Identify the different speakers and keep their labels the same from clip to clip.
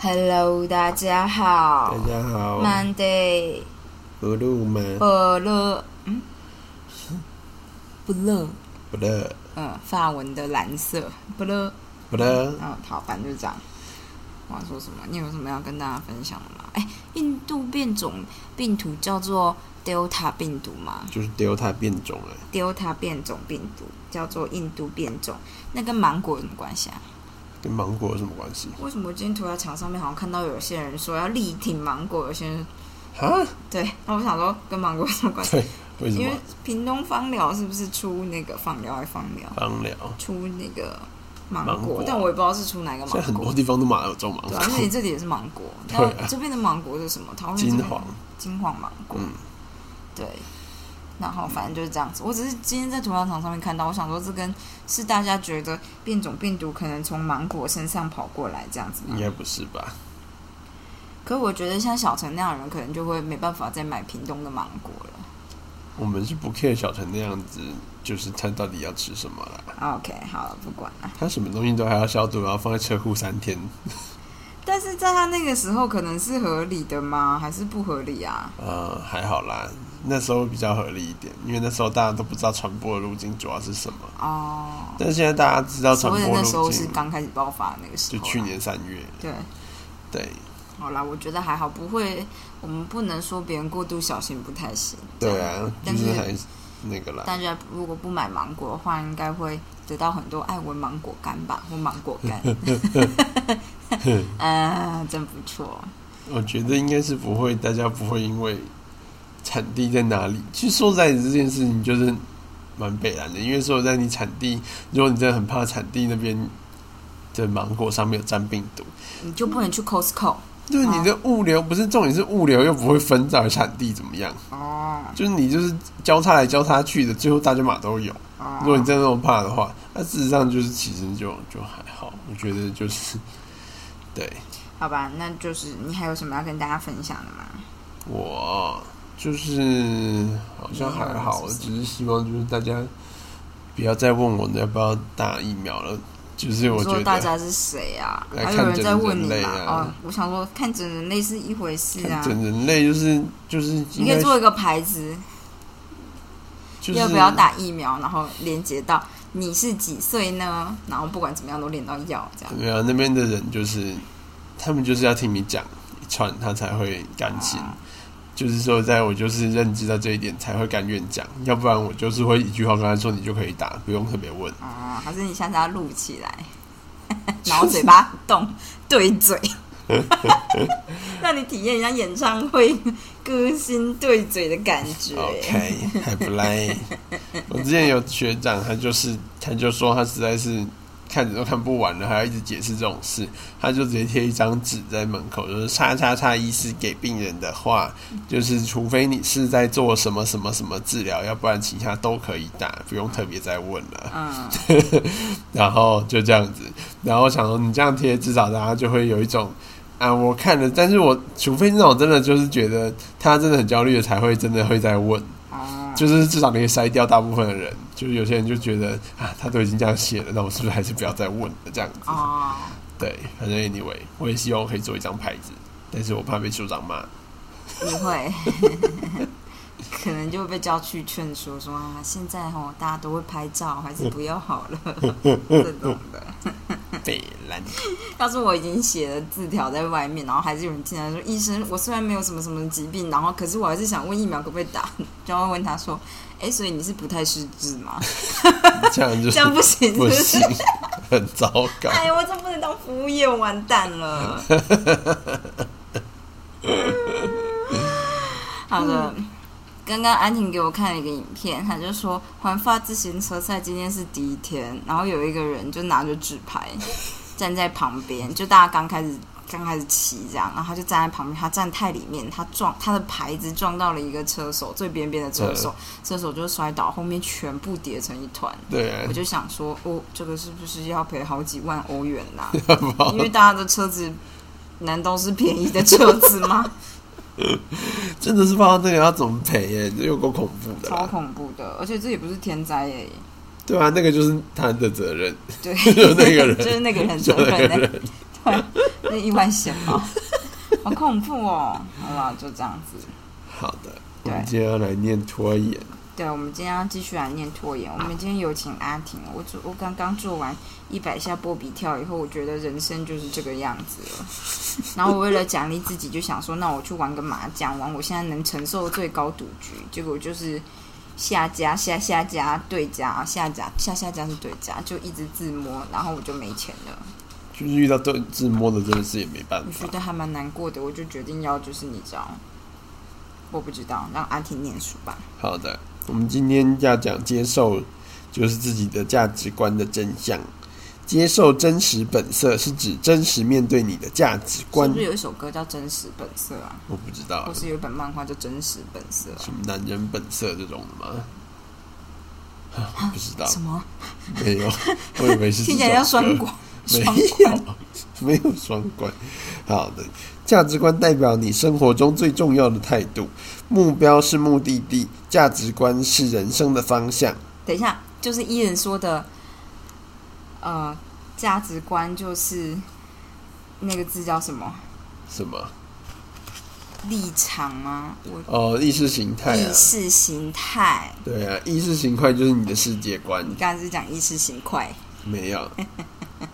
Speaker 1: Hello，大家好
Speaker 2: 大。家好，
Speaker 1: Monday，
Speaker 2: 不录吗？
Speaker 1: 不乐，嗯，不乐，
Speaker 2: 不乐，
Speaker 1: 呃，法文的蓝色，不乐，
Speaker 2: 不乐，
Speaker 1: 嗯，好，反正就这样。我要说什么？你有什么要跟大家分享的吗？哎，印度变种病毒叫做 Delta 病毒吗
Speaker 2: 就是 Delta 变种欸了。
Speaker 1: ？Delta 变种病毒叫做印度变种，那跟芒果有什么关系啊？
Speaker 2: 跟芒果有什么关系？
Speaker 1: 为什么我今天涂鸦墙上面好像看到有些人说要力挺芒果，有些人
Speaker 2: 哈？
Speaker 1: 对，那我想说跟芒果有什么关系？
Speaker 2: 对，为什
Speaker 1: 啊因为
Speaker 2: 么？
Speaker 1: 屏东芳疗是不是出那个芳疗还是芳疗
Speaker 2: 芳疗，
Speaker 1: 出那个芒果
Speaker 2: 芒果啊
Speaker 1: 但我也不知道是出哪个
Speaker 2: 现在
Speaker 1: 芒
Speaker 2: 很
Speaker 1: 果
Speaker 2: 多。地方都马上有种芒
Speaker 1: 对、啊，而且
Speaker 2: 果，
Speaker 1: 这里也是芒果，
Speaker 2: 对啊
Speaker 1: 那这边的芒果是什么？桃园这边
Speaker 2: 金黄，
Speaker 1: 金黄芒果，
Speaker 2: 嗯，
Speaker 1: 对。然后反正就是这样子，我只是今天在涂鸦墙上面看到，我想说这跟是大家觉得变种病毒可能从芒果身上跑过来这样子吗
Speaker 2: 应？该不是吧？
Speaker 1: 可我觉得像小陈那样的人，可能就会没办法再买屏东的芒果了。
Speaker 2: 我们是不 care 小陈那样子，就是他到底要吃什么啦？
Speaker 1: OK，好了，不管了。
Speaker 2: 他什么东西都还要消毒，然后放在车库三天
Speaker 1: 但是在他那个时候，可能是合理的吗？还是不合理啊？
Speaker 2: 呃，还好啦，那时候比较合理一点，因为那时候大家都不知道传播的路径主要是什么。
Speaker 1: 哦，
Speaker 2: 但现在大家知道
Speaker 1: 所
Speaker 2: 传
Speaker 1: 谓的
Speaker 2: 播
Speaker 1: 那时候
Speaker 2: 路
Speaker 1: 是
Speaker 2: 径，
Speaker 1: 刚开始爆发的那个时
Speaker 2: 就
Speaker 1: 候啊，
Speaker 2: 去年三月，
Speaker 1: 对。
Speaker 2: 对
Speaker 1: 好啦，我觉得还好，不会，我们不能说别人过度小心不太行。
Speaker 2: 对啊，就
Speaker 1: 但是
Speaker 2: 是还那个啦，
Speaker 1: 大家如果不买芒果的话，应该会得到很多爱文芒果干吧，或芒果 干。 啊，真不错。
Speaker 2: 我觉得应该是不会，大家不会因为产地在哪里，其实说实在的这件事情就是蛮北然的，因为说实在你产地，如果你真的很怕产地那边的芒果上面有沾病毒，
Speaker 1: 你就不能去 Costco
Speaker 2: 就是你的物流不是重点是物流又不会分到底产地怎么样，
Speaker 1: 哦
Speaker 2: 就是你就是交叉来交叉去的，最后大家马都有。
Speaker 1: 哦
Speaker 2: 如果你真的那么怕的话，那事实上就是其实就就还好，我觉得就是对
Speaker 1: 好吧，那就是你还有什么要跟大家分享的吗？
Speaker 2: 我就是好像还好，
Speaker 1: 没有
Speaker 2: 我
Speaker 1: 是不是
Speaker 2: 只是希望就是大家不要再问我要不要打疫苗了，就是我
Speaker 1: 你说
Speaker 2: 觉
Speaker 1: 大
Speaker 2: 得
Speaker 1: 家是谁啊？
Speaker 2: 来
Speaker 1: 还有人
Speaker 2: 看
Speaker 1: 在
Speaker 2: 诊
Speaker 1: 问你
Speaker 2: 人类
Speaker 1: 嘛？
Speaker 2: 啊
Speaker 1: 哦，我想说看诊人类是一回事啊
Speaker 2: 看，整人类就是就是
Speaker 1: 你
Speaker 2: 应
Speaker 1: 可
Speaker 2: 该
Speaker 1: 以做一个牌子，
Speaker 2: 就是
Speaker 1: 要不要打疫苗，然后连接到你是几岁呢？然后不管怎么样都连到药这样。
Speaker 2: 对啊，那边的人就是他们就是要听你讲一串，他才会甘心。
Speaker 1: 啊
Speaker 2: 就是说，在我就是认知到这一点，才会甘愿讲，要不然我就是会一句话跟他说，你就可以打，不用特别问。
Speaker 1: 哦，还是你下次要录起来， 然后嘴巴动对 嘴，让你体验一下演唱会歌星对嘴的感觉。
Speaker 2: OK，还不赖。我之前有学长，他就是他就说他实在是看着都看不完了，还要一直解释这种事，他就直接贴一张纸在门口，就是叉叉叉医师给病人的话，就是除非你是在做什么什么什么治疗，要不然其他都可以打，不用特别再问了。
Speaker 1: 嗯，
Speaker 2: 然后就这样子，然后我想说你这样贴，至少大家就会有一种啊，我看了，但是我除非那种真的就是觉得他真的很焦虑的，才会真的会在问。
Speaker 1: 哦，
Speaker 2: 就是至少你可以筛掉大部分的人，就是有些人就觉得啊，他都已经这样写了，那我是不是还是不要再问了这样子？
Speaker 1: 哦，
Speaker 2: 对，反正 anyway，我也希望我可以做一张牌子，但是我怕被处长骂。
Speaker 1: 你会， 可能就会被叫去劝说说啊，现在哦大家都会拍照，还是不要好了 这种的。
Speaker 2: 北兰，
Speaker 1: 要是我已经写了字条在外面，然后还是有人进来说医生，我虽然没有什么什么疾病，然后可是我还是想问疫苗可不可以打， 就要问他说，哎、所以你是不太失智吗？
Speaker 2: 这样
Speaker 1: 这
Speaker 2: 就是
Speaker 1: 样不行是
Speaker 2: 不
Speaker 1: 不
Speaker 2: 行
Speaker 1: 是？，
Speaker 2: 很糟糕。
Speaker 1: 哎，我真不能当服务业，我完蛋了。好的，刚刚安婷给我看了一个影片，她就说环法自行车赛今天是第一天，然后有一个人就拿着纸牌站在旁边，就大家刚开始。刚开始骑这样，然后他就站在旁边，他站太里面，他撞他的牌子撞到了一个车手最边边的车手，车手就摔倒，后面全部叠成一团。
Speaker 2: 对
Speaker 1: 我
Speaker 2: 啊，
Speaker 1: 就想说，哦，这个是不是要赔好几万欧元呐、
Speaker 2: 要不好
Speaker 1: 因为大家的车子难道是便宜的车子吗？
Speaker 2: 真的是碰到这个要怎么赔耶？这有够恐怖的
Speaker 1: 超
Speaker 2: 啦。
Speaker 1: 恐怖的，而且这也不是天灾耶、
Speaker 2: 对啊，那个就是他的责任，
Speaker 1: 对，
Speaker 2: 就那个人
Speaker 1: 就是那个人责任、欸，突然那意外险吗？ 好恐怖哦！好吧，就这样子。
Speaker 2: 好的，我
Speaker 1: 对
Speaker 2: 们今天要来念拖延。
Speaker 1: 对，我们今天要继续来念拖延。我们今天有请阿婷。我做我刚刚做完一百下波比跳以后，我觉得人生就是这个样子了。然后我为了奖励自己，就想说，那我去玩个麻将，玩我现在能承受的最高赌局。结果就是下家下下家对家下家下下家是对家，就一直自摸，然后我就没钱了。
Speaker 2: 就是遇到对自摸的真的是也没办
Speaker 1: 我觉
Speaker 2: 法，
Speaker 1: 得还蛮难过的，我就决定要就是你知道，我不知道，让阿婷念书吧。
Speaker 2: 好的，我们今天要讲接受，就是自己的价值观的真相。接受真实本色是指真实面对你的价值
Speaker 1: 是
Speaker 2: 观
Speaker 1: 不是。有一首歌叫《真实本色》啊？
Speaker 2: 我不知道
Speaker 1: 或是有一本漫画叫《真实本色
Speaker 2: 什么男人本色这种的吗？啊不知》道，
Speaker 1: 什么？
Speaker 2: 没有，我 以为是啊
Speaker 1: 听起
Speaker 2: 这
Speaker 1: 来
Speaker 2: 首
Speaker 1: 叫双
Speaker 2: 歌
Speaker 1: 关，
Speaker 2: 没
Speaker 1: 双关。
Speaker 2: 有， 没有双关。好的，价值观代表你生活中最重要的态度，目标是目的地，价值观是人生的方向。
Speaker 1: 等一下，就是伊人说的，呃，价值观就是那个字叫什么？
Speaker 2: 什么？
Speaker 1: 立场吗？我
Speaker 2: 哦，意识形态啊
Speaker 1: 意，识形态，
Speaker 2: 对啊，意识形态就是你的世界观，
Speaker 1: 你刚才是讲意识形态。
Speaker 2: 没有。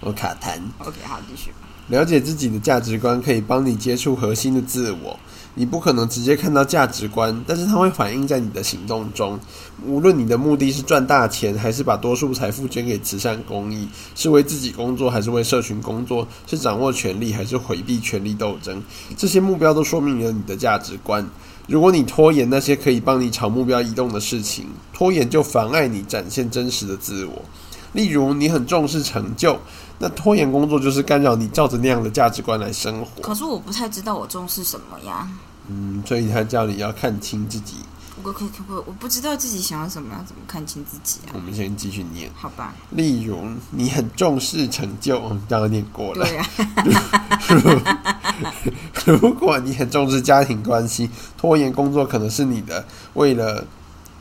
Speaker 2: 我卡痰。
Speaker 1: OK，好，继续。
Speaker 2: 了解自己的价值观可以帮你接触核心的自我。你不可能直接看到价值观，但是它会反映在你的行动中。无论你的目的是赚大钱，还是把多数财富捐给慈善公益，是为自己工作，还是为社群工作，是掌握权力，还是回避权力斗争，这些目标都说明了你的价值观。如果你拖延那些可以帮你朝目标移动的事情，拖延就妨碍你展现真实的自我。例如，你很重视成就，那拖延工作就是干扰你照着那样的价值观来生活，
Speaker 1: 可是我不太知道我重视什么呀。
Speaker 2: 嗯，所以他叫你要看清自己。
Speaker 1: 我可可我我不知道自己想要什么，要怎么看清自己啊？
Speaker 2: 我们先继续念，
Speaker 1: 好吧，
Speaker 2: 例如你很重视成就，我们刚刚念过了。
Speaker 1: 对啊，
Speaker 2: 如果你很重视家庭关系，拖延工作可能是你的为了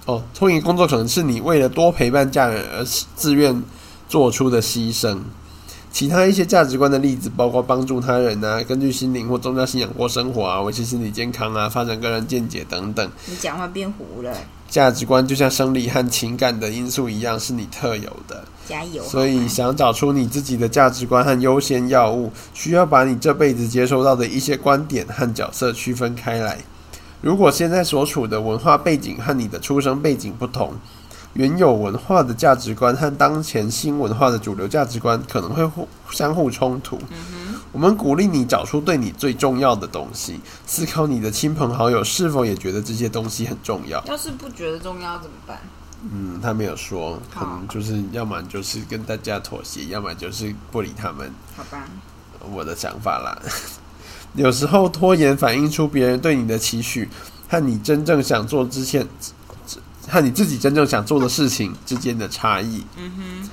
Speaker 2: 哦，拖延工作可能是你为了多陪伴家人而自愿做出的牺牲。其他一些价值观的例子，包括帮助他人啊，根据心灵或宗教信仰过生活啊，维持心理健康啊，发展个人见解等等。
Speaker 1: 你讲话变糊了，
Speaker 2: 价值观就像生理和情感的因素一样，是你特有的。
Speaker 1: 加油。
Speaker 2: 所
Speaker 1: 好
Speaker 2: 以，
Speaker 1: 吗
Speaker 2: 想找出你自己的价值观和优先药物，需要把你这辈子接收到的一些观点和角色区分开来。如果现在所处的文化背景和你的出生背景不同，原有文化的价值观和当前新文化的主流价值观可能会互相互冲突。我们鼓励你找出对你最重要的东西，思考你的亲朋好友是否也觉得这些东西很重要。
Speaker 1: 要是不觉得重要怎么办？
Speaker 2: 嗯，他没有说，可
Speaker 1: 好
Speaker 2: 能就是要么就是跟大家妥协，要么就是不理他们。
Speaker 1: 好吧，
Speaker 2: 我的想法啦， 有时候拖延反映出别人对你的期许和你真正想做之前，和你自己真正想做的事情之间的差异。
Speaker 1: 嗯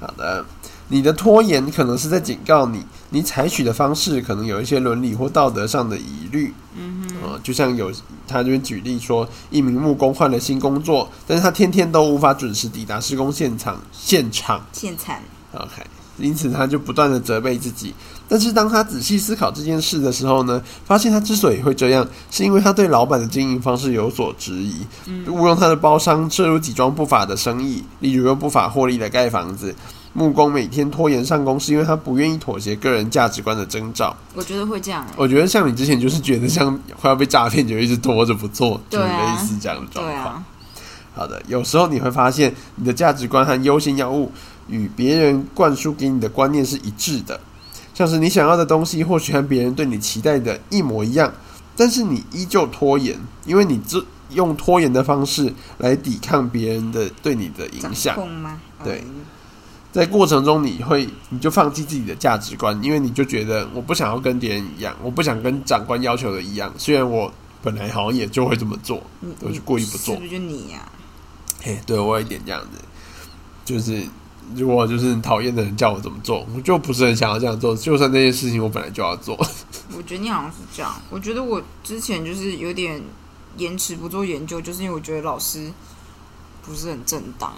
Speaker 2: 好的，你的拖延可能是在警告你，你采取的方式可能有一些伦理或道德上的疑虑。
Speaker 1: 哼，嗯哼，
Speaker 2: 呃，就像有他这边举例说，一名木工换了新工作，但是他天天都无法准时抵达施工现场现场
Speaker 1: 现惨，
Speaker 2: ，OK，因此他就不断的责备自己。但是当他仔细思考这件事的时候呢，发现他之所以会这样，是因为他对老板的经营方式有所质疑，
Speaker 1: 嗯
Speaker 2: 误用他的包商涉入几桩不法的生意，例如用不法获利来盖房子。木工每天拖延上工，是因为他不愿意妥协个人价值观的征兆。
Speaker 1: 我觉得会这样、欸。
Speaker 2: 我觉得像你之前就是觉得像快要被诈骗，就一直拖着不做，就
Speaker 1: 对
Speaker 2: 是
Speaker 1: 啊
Speaker 2: 类似这样的状
Speaker 1: 对
Speaker 2: 况。
Speaker 1: 啊，
Speaker 2: 好的，有时候你会发现你的价值观和优先药物与别人灌输给你的观念是一致的，像是你想要的东西或许和别人对你期待的一模一样，但是你依旧拖延，因为你这用拖延的方式来抵抗别人的对你的影响
Speaker 1: 掌。控吗？
Speaker 2: 对
Speaker 1: 嗯
Speaker 2: 在过程中，你会你就放弃自己的价值观，因为你就觉得我不想要跟别人一样，我不想跟长官要求的一样。虽然我本来好像也就会这么做，
Speaker 1: 你
Speaker 2: 我就故意不做
Speaker 1: 是不是就你啊呀、
Speaker 2: 嘿，对我有一点这样子，就是如果就是很讨厌的人叫我怎么做，我就不是很想要这样做。就算那件事情我本来就要做，
Speaker 1: 我觉得你好像是这样。我觉得我之前就是有点延迟不做研究，就是因为我觉得老师不是很正当，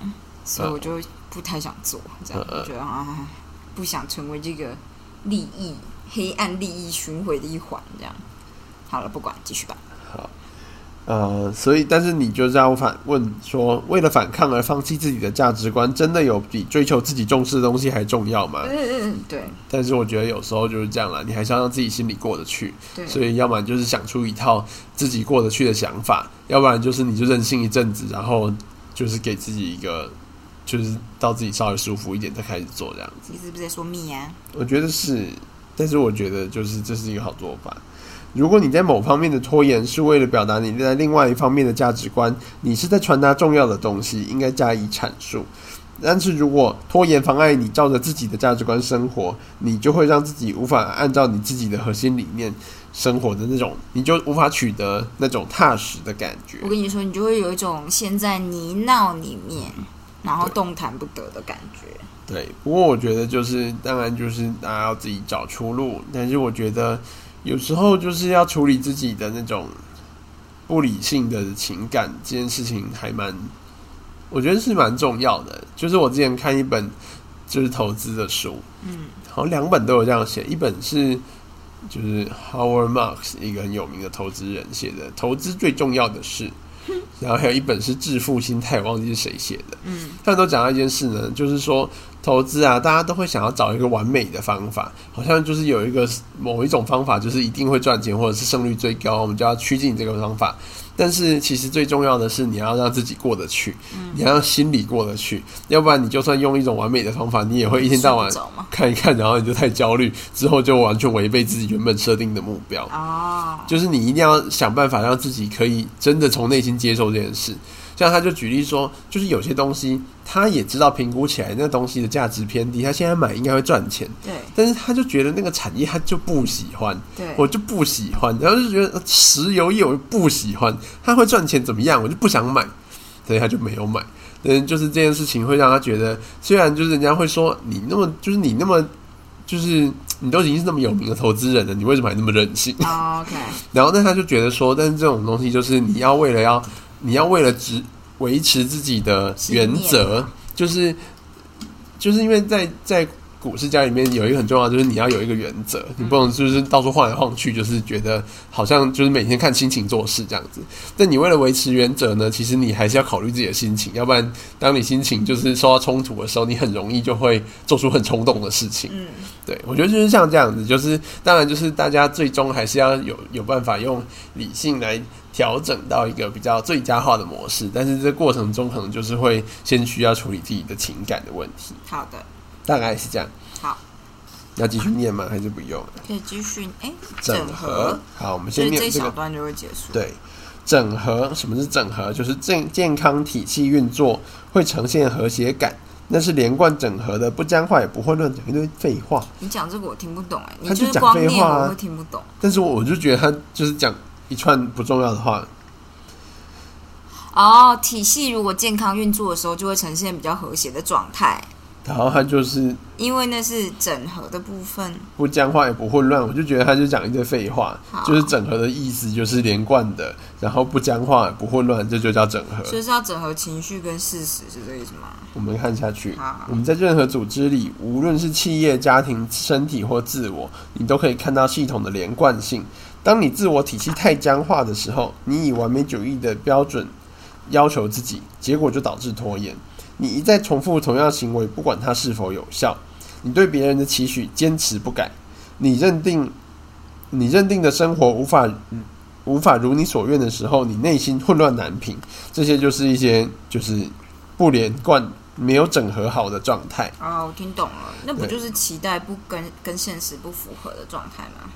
Speaker 1: 所以我就不太想做。这样
Speaker 2: 嗯嗯嗯
Speaker 1: 我觉得啊，不想成为这个利益、黑暗利益巡回的一环，这样。好了，不管，继续吧。
Speaker 2: 呃，所以，但是你就这样反问说，为了反抗而放弃自己的价值观，真的有比追求自己重视的东西还重要吗？
Speaker 1: 嗯嗯嗯，对
Speaker 2: 但是我觉得有时候就是这样啦，你还是要让自己心里过得去。
Speaker 1: 对，
Speaker 2: 所以，要么就是想出一套自己过得去的想法，要不然就是你就任性一阵子，然后就是给自己一个，就是到自己稍微舒服一点再开始做这样。
Speaker 1: 你是不是在说啊蜜呀、
Speaker 2: 我觉得是，但是我觉得就是这是一个好做法。如果你在某方面的拖延是为了表达你在另外一方面的价值观，你是在传达重要的东西，应该加以阐述。但是如果拖延妨碍你照着自己的价值观生活，你就会让自己无法按照你自己的核心理念生活的那种，你就无法取得那种踏实的感觉
Speaker 1: 我。跟你说，你就会有一种陷在泥淖里面，然后动弹不得的感觉。
Speaker 2: 对，不过我觉得就是，当然就是大家要自己找出路，但是我觉得有时候就是要处理自己的那种不理性的情感，这件事情还蛮，我觉得是蛮重要的。就是我之前看一本就是投资的书，
Speaker 1: 嗯，
Speaker 2: 好像两本都有这样写，一本是就是 Howard Marks 一个很有名的投资人写的《投资最重要 的事》，然后还有一本是《致富心态》，我忘记是谁写的。
Speaker 1: 嗯，
Speaker 2: 他们都讲到一件事呢，就是说投资啊，大家都会想要找一个完美的方法，好像就是有一个某一种方法，就是一定会赚钱或者是胜率最高，我们就要趋近这个方法。但是其实最重要的是，你要让自己过得去，
Speaker 1: 嗯
Speaker 2: 你要让心里过得去，要不然你就算用一种完美的方法，你也会一天到晚
Speaker 1: 睡不着吗？
Speaker 2: 看一看，然后你就太焦虑，之后就完全违背自己原本设定的目标。
Speaker 1: 哦，
Speaker 2: 就是你一定要想办法让自己可以真的从内心接受这件事。像他就举例说，就是有些东西他也知道评估起来那东西的价值偏低，他现在买应该会赚钱，
Speaker 1: 对
Speaker 2: 但是他就觉得那个产业他就不喜欢，
Speaker 1: 对，
Speaker 2: 我就不喜欢，然后就觉得呃石油业我就不喜欢，它会赚钱怎么样，我就不想买，所以他就没有买。嗯，就是这件事情会让他觉得，虽然就是人家会说你那么，就是你那么，就是你都已经是那么有名的投资人了，你为什么还那么任性？
Speaker 1: 哦 OK，
Speaker 2: 然后但他就觉得说，但是这种东西就是你要为了要，你要为了只维持自己的原
Speaker 1: 信念
Speaker 2: 则，就是就是因为在在股市家里面有一个很重要的，就是你要有一个原则，
Speaker 1: 嗯
Speaker 2: 你不能就是到处晃来晃去，就是觉得好像就是每天看心情做事这样子。但你为了维持原则呢，其实你还是要考虑自己的心情，要不然当你心情就是受到冲突的时候，你很容易就会做出很冲动的事情。
Speaker 1: 嗯，
Speaker 2: 对，我觉得就是像这样子，就是当然就是大家最终还是要有有办法用理性来调整到一个比较最佳化的模式，但是这过程中可能就是会先需要处理自己的情感的问题，
Speaker 1: 好的，
Speaker 2: 大概是这样。
Speaker 1: 好，
Speaker 2: 要继续念吗？还是不用了？
Speaker 1: 可以继续。哎，
Speaker 2: 整合
Speaker 1: 合，，
Speaker 2: 好，我们
Speaker 1: 所
Speaker 2: 先
Speaker 1: 以这
Speaker 2: 念
Speaker 1: 一
Speaker 2: 这
Speaker 1: 小
Speaker 2: 个。
Speaker 1: 段就会结束。
Speaker 2: 对，整合什么是整合？就是健健康体系运作会呈现和谐感，那是连贯整合的，不僵化也不混乱，讲一堆废话。
Speaker 1: 你讲这个我听不懂哎，你
Speaker 2: 他就是讲
Speaker 1: 光
Speaker 2: 废
Speaker 1: 念
Speaker 2: 话啊
Speaker 1: 我会听不懂。
Speaker 2: 但是我我就觉得他就是讲一串不重要的话，
Speaker 1: 哦，体系如果健康运作的时候，就会呈现比较和谐的状态，
Speaker 2: 然后他就是
Speaker 1: 因为那是整合的部分。
Speaker 2: 不僵化也不混乱，我就觉得他就讲一堆废话
Speaker 1: 好，
Speaker 2: 就是整合的意思就是连贯的，然后不僵化也不混乱，这就叫整合。
Speaker 1: 所以是要整合情绪跟事实，是这个意思吗？
Speaker 2: 我们看下去
Speaker 1: 好，
Speaker 2: 我们在任何组织里，无论是企业、家庭、身体或自我，你都可以看到系统的连贯性。当你自我体系太僵化的时候，你以完美主义的标准要求自己，结果就导致拖延。你一再重复同样行为，不管它是否有效。你对别人的期许坚持不改，你认定你认定的生活无法无法如你所愿的时候，你内心混乱难平。这些就是一些就是不连贯、没有整合好的状态。
Speaker 1: 哦，我听懂了，那不
Speaker 2: 对
Speaker 1: 就是期待不跟跟现实不符合的状态吗？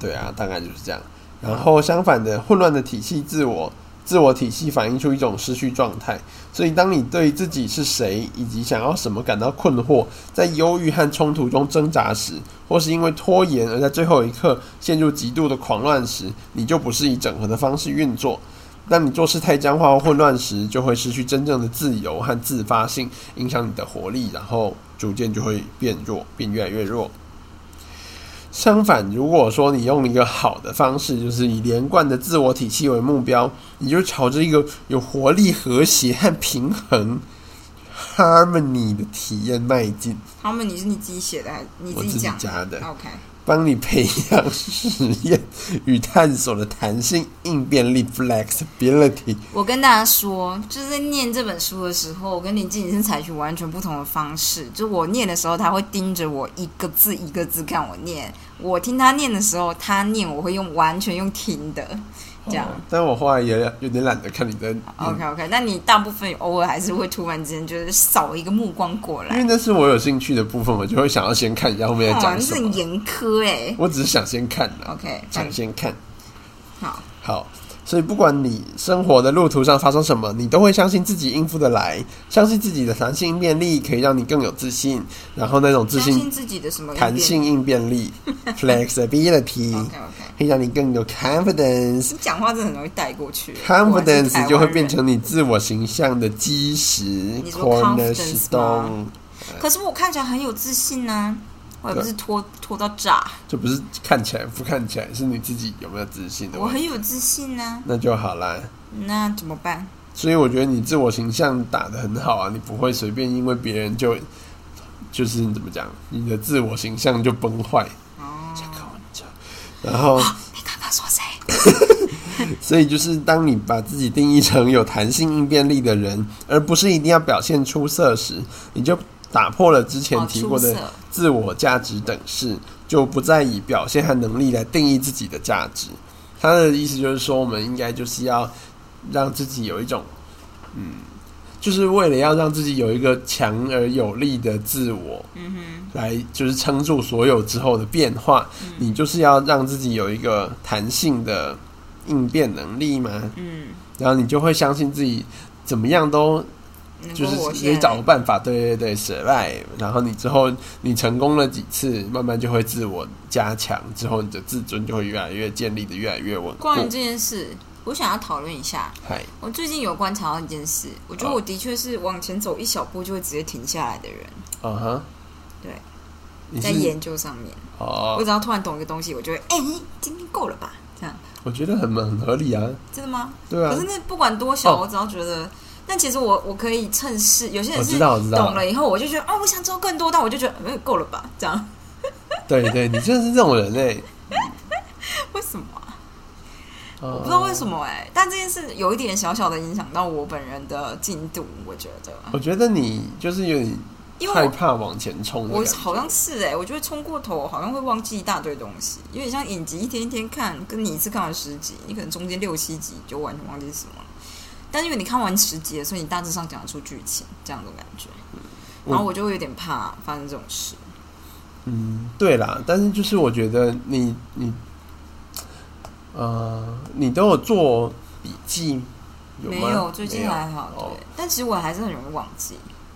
Speaker 2: 对啊，大概就是这样。然后相反的，混乱的体系自我自我体系反映出一种失去状态。所以，当你对自己是谁以及想要什么感到困惑，在忧郁和冲突中挣扎时，或是因为拖延而在最后一刻陷入极度的狂乱时，你就不是以整合的方式运作。当你做事太僵化或混乱时，就会失去真正的自由和自发性，影响你的活力，然后逐渐就会变弱，变越来越弱。相反，如果说你用一个好的方式，就是以连贯的自我体系为目标，你就朝着一个有活力、和谐和平衡、 Harmony 的体验迈进，
Speaker 1: 他们你是你自己写的还是你
Speaker 2: 我
Speaker 1: 自己
Speaker 2: 自己
Speaker 1: 讲
Speaker 2: 加的，
Speaker 1: OK，
Speaker 2: 帮你培养实验与探索的弹性、应变力 （flexibility）。
Speaker 1: 我跟大家说，就是在念这本书的时候，我跟林静怡是采取完全不同的方式。就我念的时候，他会盯着我一个字一个字看我念；我听他念的时候，他念我会用完全用听的这样。
Speaker 2: 哦嗯但我后来也有点懒得看你的，
Speaker 1: OK OK，那你大部分偶尔还是会突然之间就是扫一个目光过
Speaker 2: 因为
Speaker 1: 来，
Speaker 2: 那是我有兴趣的部分，我就会想要先看一下后面在
Speaker 1: 哇，
Speaker 2: 讲
Speaker 1: 你是
Speaker 2: 什
Speaker 1: 很
Speaker 2: 么。
Speaker 1: 严苛哎、
Speaker 2: 我只是想先看的，
Speaker 1: OK，
Speaker 2: 想先看。
Speaker 1: 好，
Speaker 2: 好，所以不管你生活的路途上发生什么，你都会相信自己应付得来，相信自己的弹性应变力可以让你更有自信，然后那种自
Speaker 1: 相信
Speaker 2: 信
Speaker 1: 自己的什么
Speaker 2: 弹性应变 力 （flexibility）
Speaker 1: OK OK，
Speaker 2: 可以让你更有 confidence。
Speaker 1: 你讲话真的很容易带过去果然是台
Speaker 2: confidence
Speaker 1: 湾
Speaker 2: 就会变
Speaker 1: 人
Speaker 2: 成你自我形象的基石
Speaker 1: 你说 confidence
Speaker 2: ，cornerstone
Speaker 1: 吗。可是我看起来很有自信呢、我也不是拖拖到炸，
Speaker 2: 就不是看起来不看起来，是你自己有没有自信的
Speaker 1: 我
Speaker 2: 问
Speaker 1: 很
Speaker 2: 题。
Speaker 1: 有自信呢、
Speaker 2: 那就好啦。
Speaker 1: 那怎么办？
Speaker 2: 所以我觉得你自我形象打得很好啊，你不会随便因为别人就就是怎么讲，你的自我形象就崩坏。
Speaker 1: 哦，
Speaker 2: 想开玩笑然后，
Speaker 1: 你刚刚说谁？
Speaker 2: 所以就是当你把自己定义成有弹性应变力的人，而不是一定要表现出色时，你就打破了之前
Speaker 1: 好
Speaker 2: 提
Speaker 1: 哦出
Speaker 2: 过的
Speaker 1: 色，
Speaker 2: 自我价值等式，就不再以表现和能力来定义自己的价值。他的意思就是说，我们应该就是要让自己有一种，嗯，就是为了要让自己有一个强而有力的自我，
Speaker 1: 嗯
Speaker 2: 来就是撑住所有之后的变化。你就是要让自己有一个弹性的应变能力嘛，
Speaker 1: 哼，嗯，
Speaker 2: 然后你就会相信自己怎么样都
Speaker 1: 能
Speaker 2: 就
Speaker 1: 够
Speaker 2: 是
Speaker 1: 我
Speaker 2: 可以
Speaker 1: 现
Speaker 2: 找个
Speaker 1: 在
Speaker 2: 办法，对对对，survive。然后你之后你成功了几次，慢慢就会自我加强，之后你的自尊就会越来越建立的越来越稳固。
Speaker 1: 关于这件事，我想要讨论一下。
Speaker 2: 嗨，
Speaker 1: 我最近有观察到一件事，我觉得
Speaker 2: 哦
Speaker 1: 我的确是往前走一小步就会直接停下来的人，
Speaker 2: 嗯哼，
Speaker 1: 对，
Speaker 2: 你
Speaker 1: 在
Speaker 2: 是
Speaker 1: 研究上面，我
Speaker 2: 哦，
Speaker 1: 只要突然懂一个东西，我就会哎、今天够了吧？这样
Speaker 2: 我觉得很很合理啊，
Speaker 1: 真的吗？
Speaker 2: 对啊
Speaker 1: 可是，那不管多小，
Speaker 2: 哦
Speaker 1: 我只要觉得，但其实我我可以趁势，有些
Speaker 2: 我
Speaker 1: 人
Speaker 2: 哦知
Speaker 1: 是
Speaker 2: 道我知道
Speaker 1: 懂了以后，我就觉得哦，我想知道更多，但我就觉得没有够了吧？这样
Speaker 2: 对对，你真的是这种人欸类，
Speaker 1: 为什么啊、
Speaker 2: 我
Speaker 1: 不知道为什。么哎、但这件事有一点小小的影响到我本人的进度，我觉得，
Speaker 2: 哦我觉得你就是有点
Speaker 1: 因为
Speaker 2: 害
Speaker 1: 我。
Speaker 2: 怕往前冲的
Speaker 1: 我
Speaker 2: 感觉，
Speaker 1: 好像是哎、我觉得冲过头，好像会忘记一大堆东西，有点像影集一天一天看，跟你一次看完十集，你可能中间六七集就完全忘记是什么了。但因为你看完十集了，所以你大致上讲得出剧情，这样的感觉。然后我就会有点怕发生这种事。
Speaker 2: 嗯，对啦，但是就是我觉得你你，呃，你都有做笔记，有吗？
Speaker 1: 没有，最近
Speaker 2: 没有
Speaker 1: 还好，对。
Speaker 2: 哦
Speaker 1: 但其实我还是很容易忘记。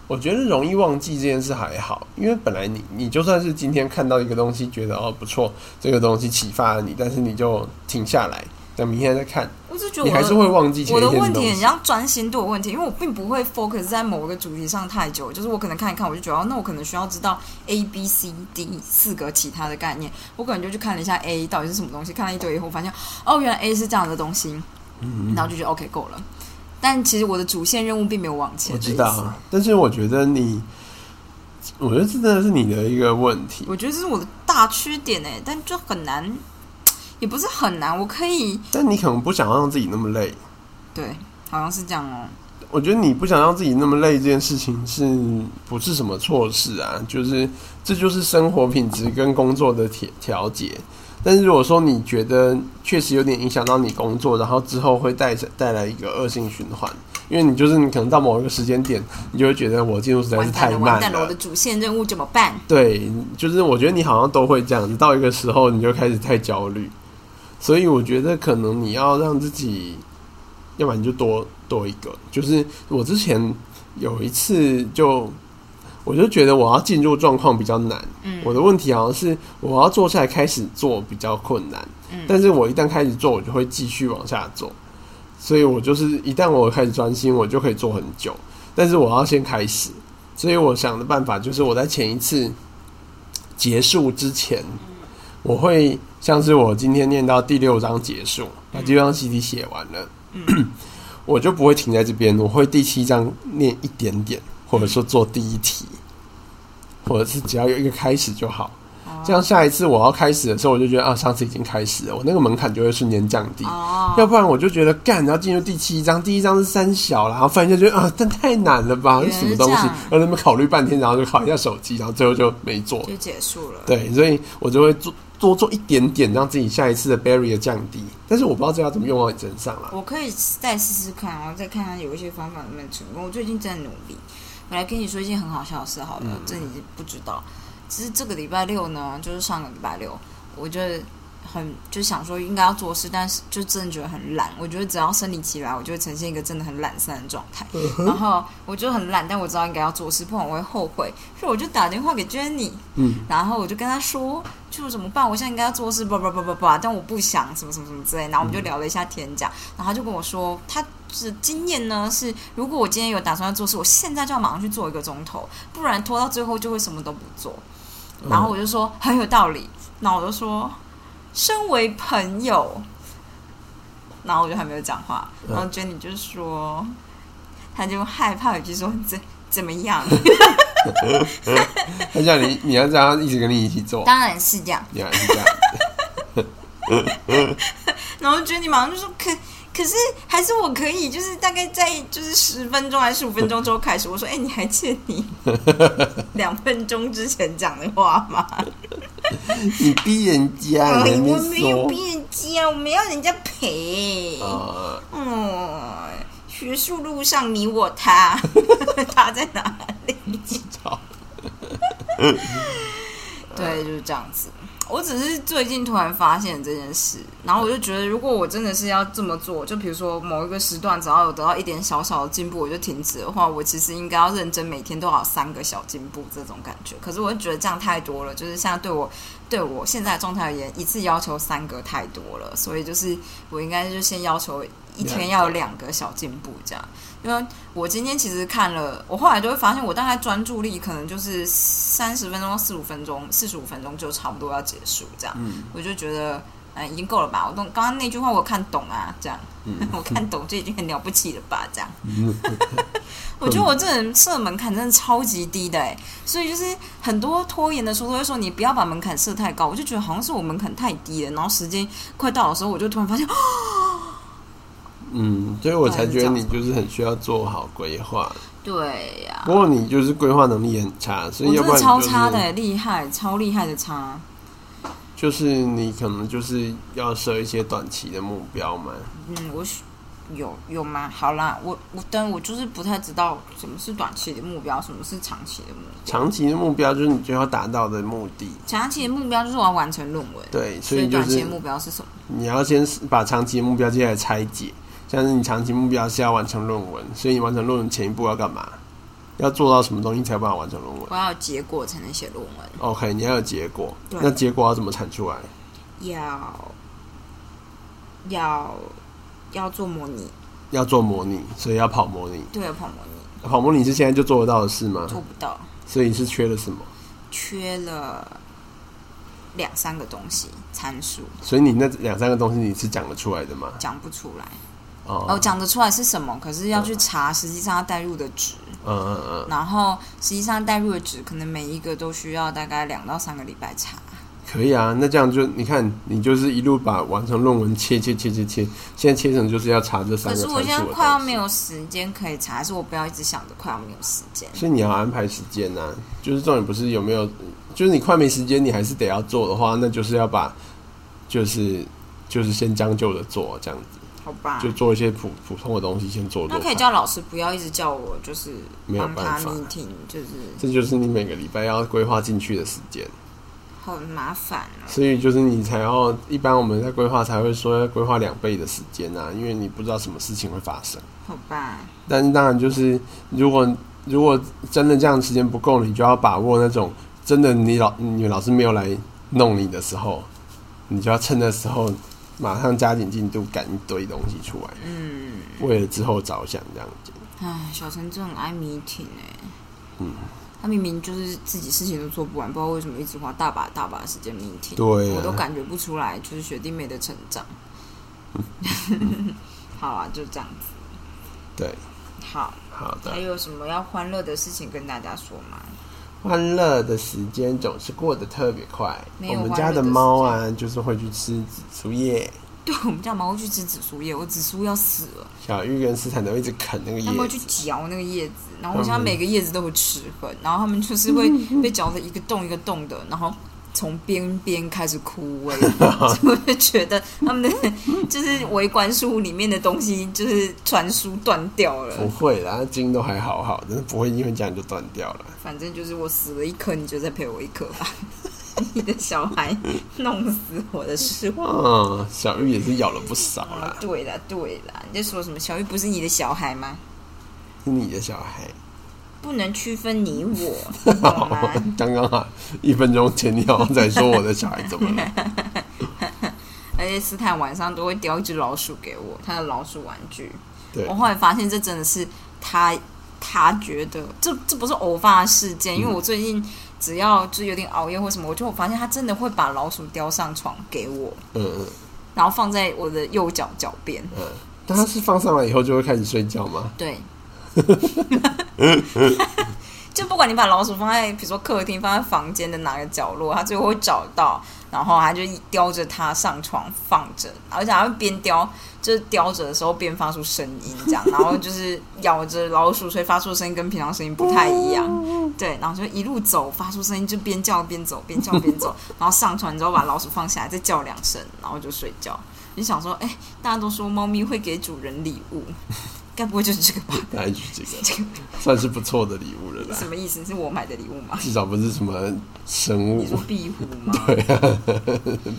Speaker 2: 我觉得容易忘记这件事还好，因为本来你你就算是今天看到一个东西，觉得哦不错，这个东西启发了你，但是你就停下来，等明天再看，
Speaker 1: 我就觉得
Speaker 2: 你
Speaker 1: 我
Speaker 2: 还是
Speaker 1: 的
Speaker 2: 会忘记前
Speaker 1: 我
Speaker 2: 一
Speaker 1: 的
Speaker 2: 天
Speaker 1: 问
Speaker 2: 东
Speaker 1: 题很
Speaker 2: 西。
Speaker 1: 像专心度的问题，因为我并不会 focus 在某一个主题上太久，就是我可能看一看，我就觉得哦那我可能需要知道 A B C D 四个其他的概念，我可能就去看了一下 A 到底是什么东西，看了一堆以后发现哦原来 A 是这样的东西，
Speaker 2: 嗯
Speaker 1: 然后就觉得 OK 够了。但其实我的主线任务并没有往前
Speaker 2: 我
Speaker 1: 的意思，
Speaker 2: 知道，啊但是我觉得你，我觉得这真的是你的一个问题。
Speaker 1: 我觉得这是我的大缺点哎，但就很难，也不是很难，我可以
Speaker 2: 但你可能不想让自己那么累，
Speaker 1: 对，好像是这样哦。
Speaker 2: 我觉得你不想让自己那么累这件事情是不是什么错事啊？就是这就是生活品质跟工作的调调节。但是如果说你觉得确实有点影响到你工作，然后之后会带带来一个恶性循环，因为你就是你可能到某一个时间点，你就会觉得我进度实在是
Speaker 1: 完蛋
Speaker 2: 太
Speaker 1: 了，
Speaker 2: 慢
Speaker 1: 完蛋了，我的主线任务怎么办？
Speaker 2: 对，就是我觉得你好像都会这样，到一个时候你就开始太焦虑，所以我觉得可能你要让自己，要不然你就多多一个。就是我之前有一次就，我就觉得我要进入状况比较难，
Speaker 1: 嗯，
Speaker 2: 我的问题好像是我要坐下来开始做比较困难，
Speaker 1: 嗯
Speaker 2: 但是我一旦开始做，我就会继续往下做，所以我就是一旦我开始专心，我就可以做很久，但是我要先开始，所以我想的办法就是我在前一次结束之前，我会像是我今天念到第六章结束，
Speaker 1: 嗯
Speaker 2: 把第六章习题 写完了，我就不会停在这边，我会第七章念一点点，或者说做第一题，或者是只要有一个开始就好。
Speaker 1: 哦
Speaker 2: 这样下一次我要开始的时候，我就觉得啊，上次已经开始了，我那个门槛就会瞬间降低。
Speaker 1: 哦，
Speaker 2: 要不然我就觉得干，然后进入第七章，第一章是三小啦，然后翻一下觉得啊，但太难了吧，
Speaker 1: 原
Speaker 2: 这
Speaker 1: 来
Speaker 2: 什么东西
Speaker 1: 这样？
Speaker 2: 然后在那边考虑半天，然后就考一下手机，然后最后就没做。
Speaker 1: 就结束了。
Speaker 2: 对，所以我就会做多做一点点，让自己下一次的 barrier 降低。但是我不知道这要怎么用到你身上啦。
Speaker 1: 我可以再试试看，然后再看看有一些方法能不能成功。我最近在努力。本来跟你说一件很好笑的事，好了，这你不知道。只是这个礼拜六呢，就是上个礼拜六，我就很就想说应该要做事，但是就真的觉得很懒。我觉得只要生理期来，我就会呈现一个真的很懒散的状态。然后我就很懒，但我知道应该要做事，不然我会后悔。所以我就打电话给 Jenny，
Speaker 2: 嗯，
Speaker 1: 然后我就跟他说，就怎么办？我现在应该要做事，叭叭叭叭叭，但我不想什么什么什么之类。然后我们就聊了一下天讲，然后他就跟我说，他是经验呢是，如果我今天有打算要做事，我现在就要马上去做一个钟头，不然拖到最后就会什么都不做。然后我就说很有道理，那我就说，身为朋友，然后我就还没有讲话，
Speaker 2: 嗯
Speaker 1: 然后 Jenny 就说，他就害怕语气说怎怎么样？
Speaker 2: 他叫你，你要让他一直跟你一起做，
Speaker 1: 当然是这样。
Speaker 2: 你还是这样。
Speaker 1: 然后 Jenny 马上就说可。可是还是我可以，就是大概在就是十分钟还是十五分钟之后开始。我说，哎、你还欠你 两分钟之前讲的话吗？
Speaker 2: 你逼人家，
Speaker 1: 哎
Speaker 2: 你还没
Speaker 1: 我没有
Speaker 2: 说。
Speaker 1: 逼人家，我们要人家陪。
Speaker 2: 呃，
Speaker 1: 嗯，哦学术路上你我 他，他在哪里？
Speaker 2: 好，
Speaker 1: 对，就是这样子。我只是最近突然发现这件事，然后我就觉得，如果我真的是要这么做，就比如说某一个时段，只要有得到一点小小的进步，我就停止的话，我其实应该要认真每天都要有三个小进步这种感觉。可是我就觉得这样太多了，就是现在对我对我现在的状态而言，一次要求三个太多了，所以就是我应该就先要求一天要有两个小进步这样。因为我今天其实看了，我后来就会发现，我大概专注力可能就是三十分钟到四十分钟，四十五分钟就差不多要结束这样。
Speaker 2: 嗯
Speaker 1: 我就觉得，嗯，已经够了吧？我懂刚刚那句话，我有看懂啊，这样，
Speaker 2: 嗯
Speaker 1: 我看懂就已经很了不起了吧？这样，我觉得我这人设门槛真的超级低的哎、所以就是很多拖延的书都会说你不要把门槛设太高，我就觉得好像是我门槛太低了，然后时间快到的时候，我就突然发现，
Speaker 2: 嗯，所以我才觉得你就是很需要做好规划。
Speaker 1: 对呀、
Speaker 2: 不过你就是规划能力很差，所以
Speaker 1: 我
Speaker 2: 要
Speaker 1: 真
Speaker 2: 不
Speaker 1: 的
Speaker 2: 然你
Speaker 1: 超
Speaker 2: 就是
Speaker 1: 差的、欸，厉害，超厉害的差。
Speaker 2: 就是你可能就是要设一些短期的目标嘛。
Speaker 1: 嗯，我是有有吗？好啦，我我但我就是不太知道什么是短期的目标，什么是长期的目标。
Speaker 2: 长期的目标就是你就要达到的目的，
Speaker 1: 长期的目标就是我要完成论文，
Speaker 2: 对，
Speaker 1: 所
Speaker 2: 所
Speaker 1: 以
Speaker 2: 以就
Speaker 1: 短期
Speaker 2: 是
Speaker 1: 的目标是什么？
Speaker 2: 你要先把长期的目标接下来拆解，像是你长期目标是要完成论文，所以你完成论文前一步要干嘛？要做到什么东西才有办法完成论文
Speaker 1: 我要有结果才能写论文。
Speaker 2: ？OK，你要有结果，
Speaker 1: 对
Speaker 2: 那结果要怎么产出来？
Speaker 1: 要要要做模拟，
Speaker 2: 要做模拟，所以要跑模拟。
Speaker 1: 对，跑模拟
Speaker 2: 跑模拟是现在就做得到的事吗？
Speaker 1: 做不到，
Speaker 2: 所以是缺了什么？
Speaker 1: 缺了两三个东西参数
Speaker 2: 所以你那两三个东西你是讲得出来的吗？
Speaker 1: 讲不出来。哦，
Speaker 2: 哦，
Speaker 1: 讲得出来是什么，可是要去查实际上要带入的值。
Speaker 2: 嗯嗯嗯，
Speaker 1: 然后实际上带入的纸，可能每一个都需要大概两到三个礼拜查。
Speaker 2: 可以啊。那这样就你看，你就是一路把完成论文切切切切切，现在切成就是要查这三
Speaker 1: 可
Speaker 2: 个参
Speaker 1: 是
Speaker 2: 数。
Speaker 1: 我现在快要没。有时间可以查，还是我不要一直想着快要没有时间。
Speaker 2: 所以你要安排时间呐、就是重点不是有没有，就是你快没时间，你还是得要做的话，那就是要把，就是就是先将就着做，这样子
Speaker 1: 好吧
Speaker 2: 就，做一些普普通的东西先做做
Speaker 1: 那可以
Speaker 2: 看。
Speaker 1: 叫老师不要一直叫我，就是
Speaker 2: 没有
Speaker 1: 帮他
Speaker 2: 办法
Speaker 1: meeting，就是
Speaker 2: 这就是你每个礼拜要规划进去的时间，
Speaker 1: 很麻烦哦。
Speaker 2: 所以就是你才要一般我们在规划才会说要规划两倍的时间呐、因为你不知道什么事情会发生。
Speaker 1: 好吧，
Speaker 2: 但是当然就是，如果如果真的这样时间不够，你就要把握那种真的你老你老师没有来弄你的时候，你就要趁那时候马上加紧进度，赶一堆东西出来，
Speaker 1: 嗯，
Speaker 2: 为了之后着想这样子。
Speaker 1: 唉，小陈真的很爱 meeting 哎、
Speaker 2: 嗯。
Speaker 1: 他明明就是自己事情都做不完，不知道为什么一直花大把大把的时间 meeting，
Speaker 2: 对啊
Speaker 1: 我都感觉不出来，就是学弟妹的成长。 好啊，就这样子。
Speaker 2: 对，
Speaker 1: 好，
Speaker 2: 好
Speaker 1: 还
Speaker 2: 的，
Speaker 1: 有什么要欢乐的事情跟大家说吗？
Speaker 2: 欢乐的时间总是过得特别快。
Speaker 1: 没有
Speaker 2: 我们
Speaker 1: 欢乐
Speaker 2: 家
Speaker 1: 的时
Speaker 2: 猫啊，就是会去吃紫苏叶，
Speaker 1: 对我们家猫会去吃紫苏叶，我紫苏要死了，
Speaker 2: 小玉跟斯坦都一直啃那个
Speaker 1: 它们
Speaker 2: 叶
Speaker 1: 会去
Speaker 2: 子。
Speaker 1: 嚼那个叶子，然后我想
Speaker 2: 嗯
Speaker 1: 每个叶子都会齿痕，然后它们就是 会被嚼的一个洞一个洞的，然后从边边开始枯萎，所 以我就觉得它们的就是维管束里面的东西就是传输断掉
Speaker 2: 不
Speaker 1: 了，
Speaker 2: 会啦，筋都还好好，但是不会因为这样就断掉了。
Speaker 1: 反正就是我死了一颗，你就再陪我一颗吧。 你的小孩弄死我的是我。
Speaker 2: 嗯，小玉也是咬了不少
Speaker 1: 啊
Speaker 2: 啦，，
Speaker 1: 对啦对啦，你在说什么？小玉不是你的小孩吗？
Speaker 2: 是你的小孩。
Speaker 1: 不能区分你我，你懂吗？
Speaker 2: 刚刚啊，一分钟前你好像在说我的小孩怎么 了？
Speaker 1: 而且斯坦晚上都会叼一只老鼠给我，他的老鼠玩具。
Speaker 2: 对
Speaker 1: 我，后来发现这真的是他，他觉得这这不是偶发事件，因为我最近只要就是有点熬夜或什么，我就发现他真的会把老鼠叼上床给我，
Speaker 2: 嗯嗯
Speaker 1: 然后放在我的右脚脚边。
Speaker 2: 嗯。但它是放上来以后就会开始睡觉吗？
Speaker 1: 对，就不管你把老鼠放在比如说客厅、放在房间的哪个角落，它最后会找到，然后它就叼着它上床放着，而且它会边叼，就是叼着的时候边发出声音这样，然后就是咬着老鼠，所以发出的声音跟平常声音不太一样。对，然后就一路走，发出声音就边叫边走，边叫边走，然后上船之后把老鼠放下来，再叫两声，然后就睡觉。就想说，哎、大家都说猫咪会给主人礼物，该不会就是这个吧？
Speaker 2: 大概就是这个。
Speaker 1: 这个
Speaker 2: 算是不错的礼物了啦
Speaker 1: 什，么意思？是我买的礼物 吗？
Speaker 2: 至少不是什么生物
Speaker 1: 你。说壁虎吗？
Speaker 2: 对啊，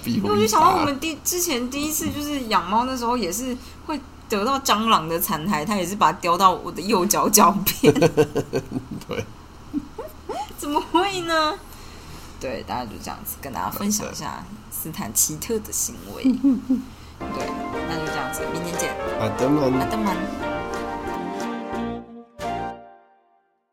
Speaker 2: 壁
Speaker 1: 因
Speaker 2: 虎
Speaker 1: 为我就
Speaker 2: 一
Speaker 1: 想到我
Speaker 2: 打
Speaker 1: 们第之前第一次就是养猫那时候也是会得到蟑螂的残骸，它也是把它叼到我的右脚脚边，
Speaker 2: 对，
Speaker 1: 怎么会呢？对，大家就这样子跟大家分享一下斯坦奇
Speaker 2: 嗯
Speaker 1: 特的行为。对，那就这样子，明天见，
Speaker 2: 阿德曼
Speaker 1: 阿。德曼。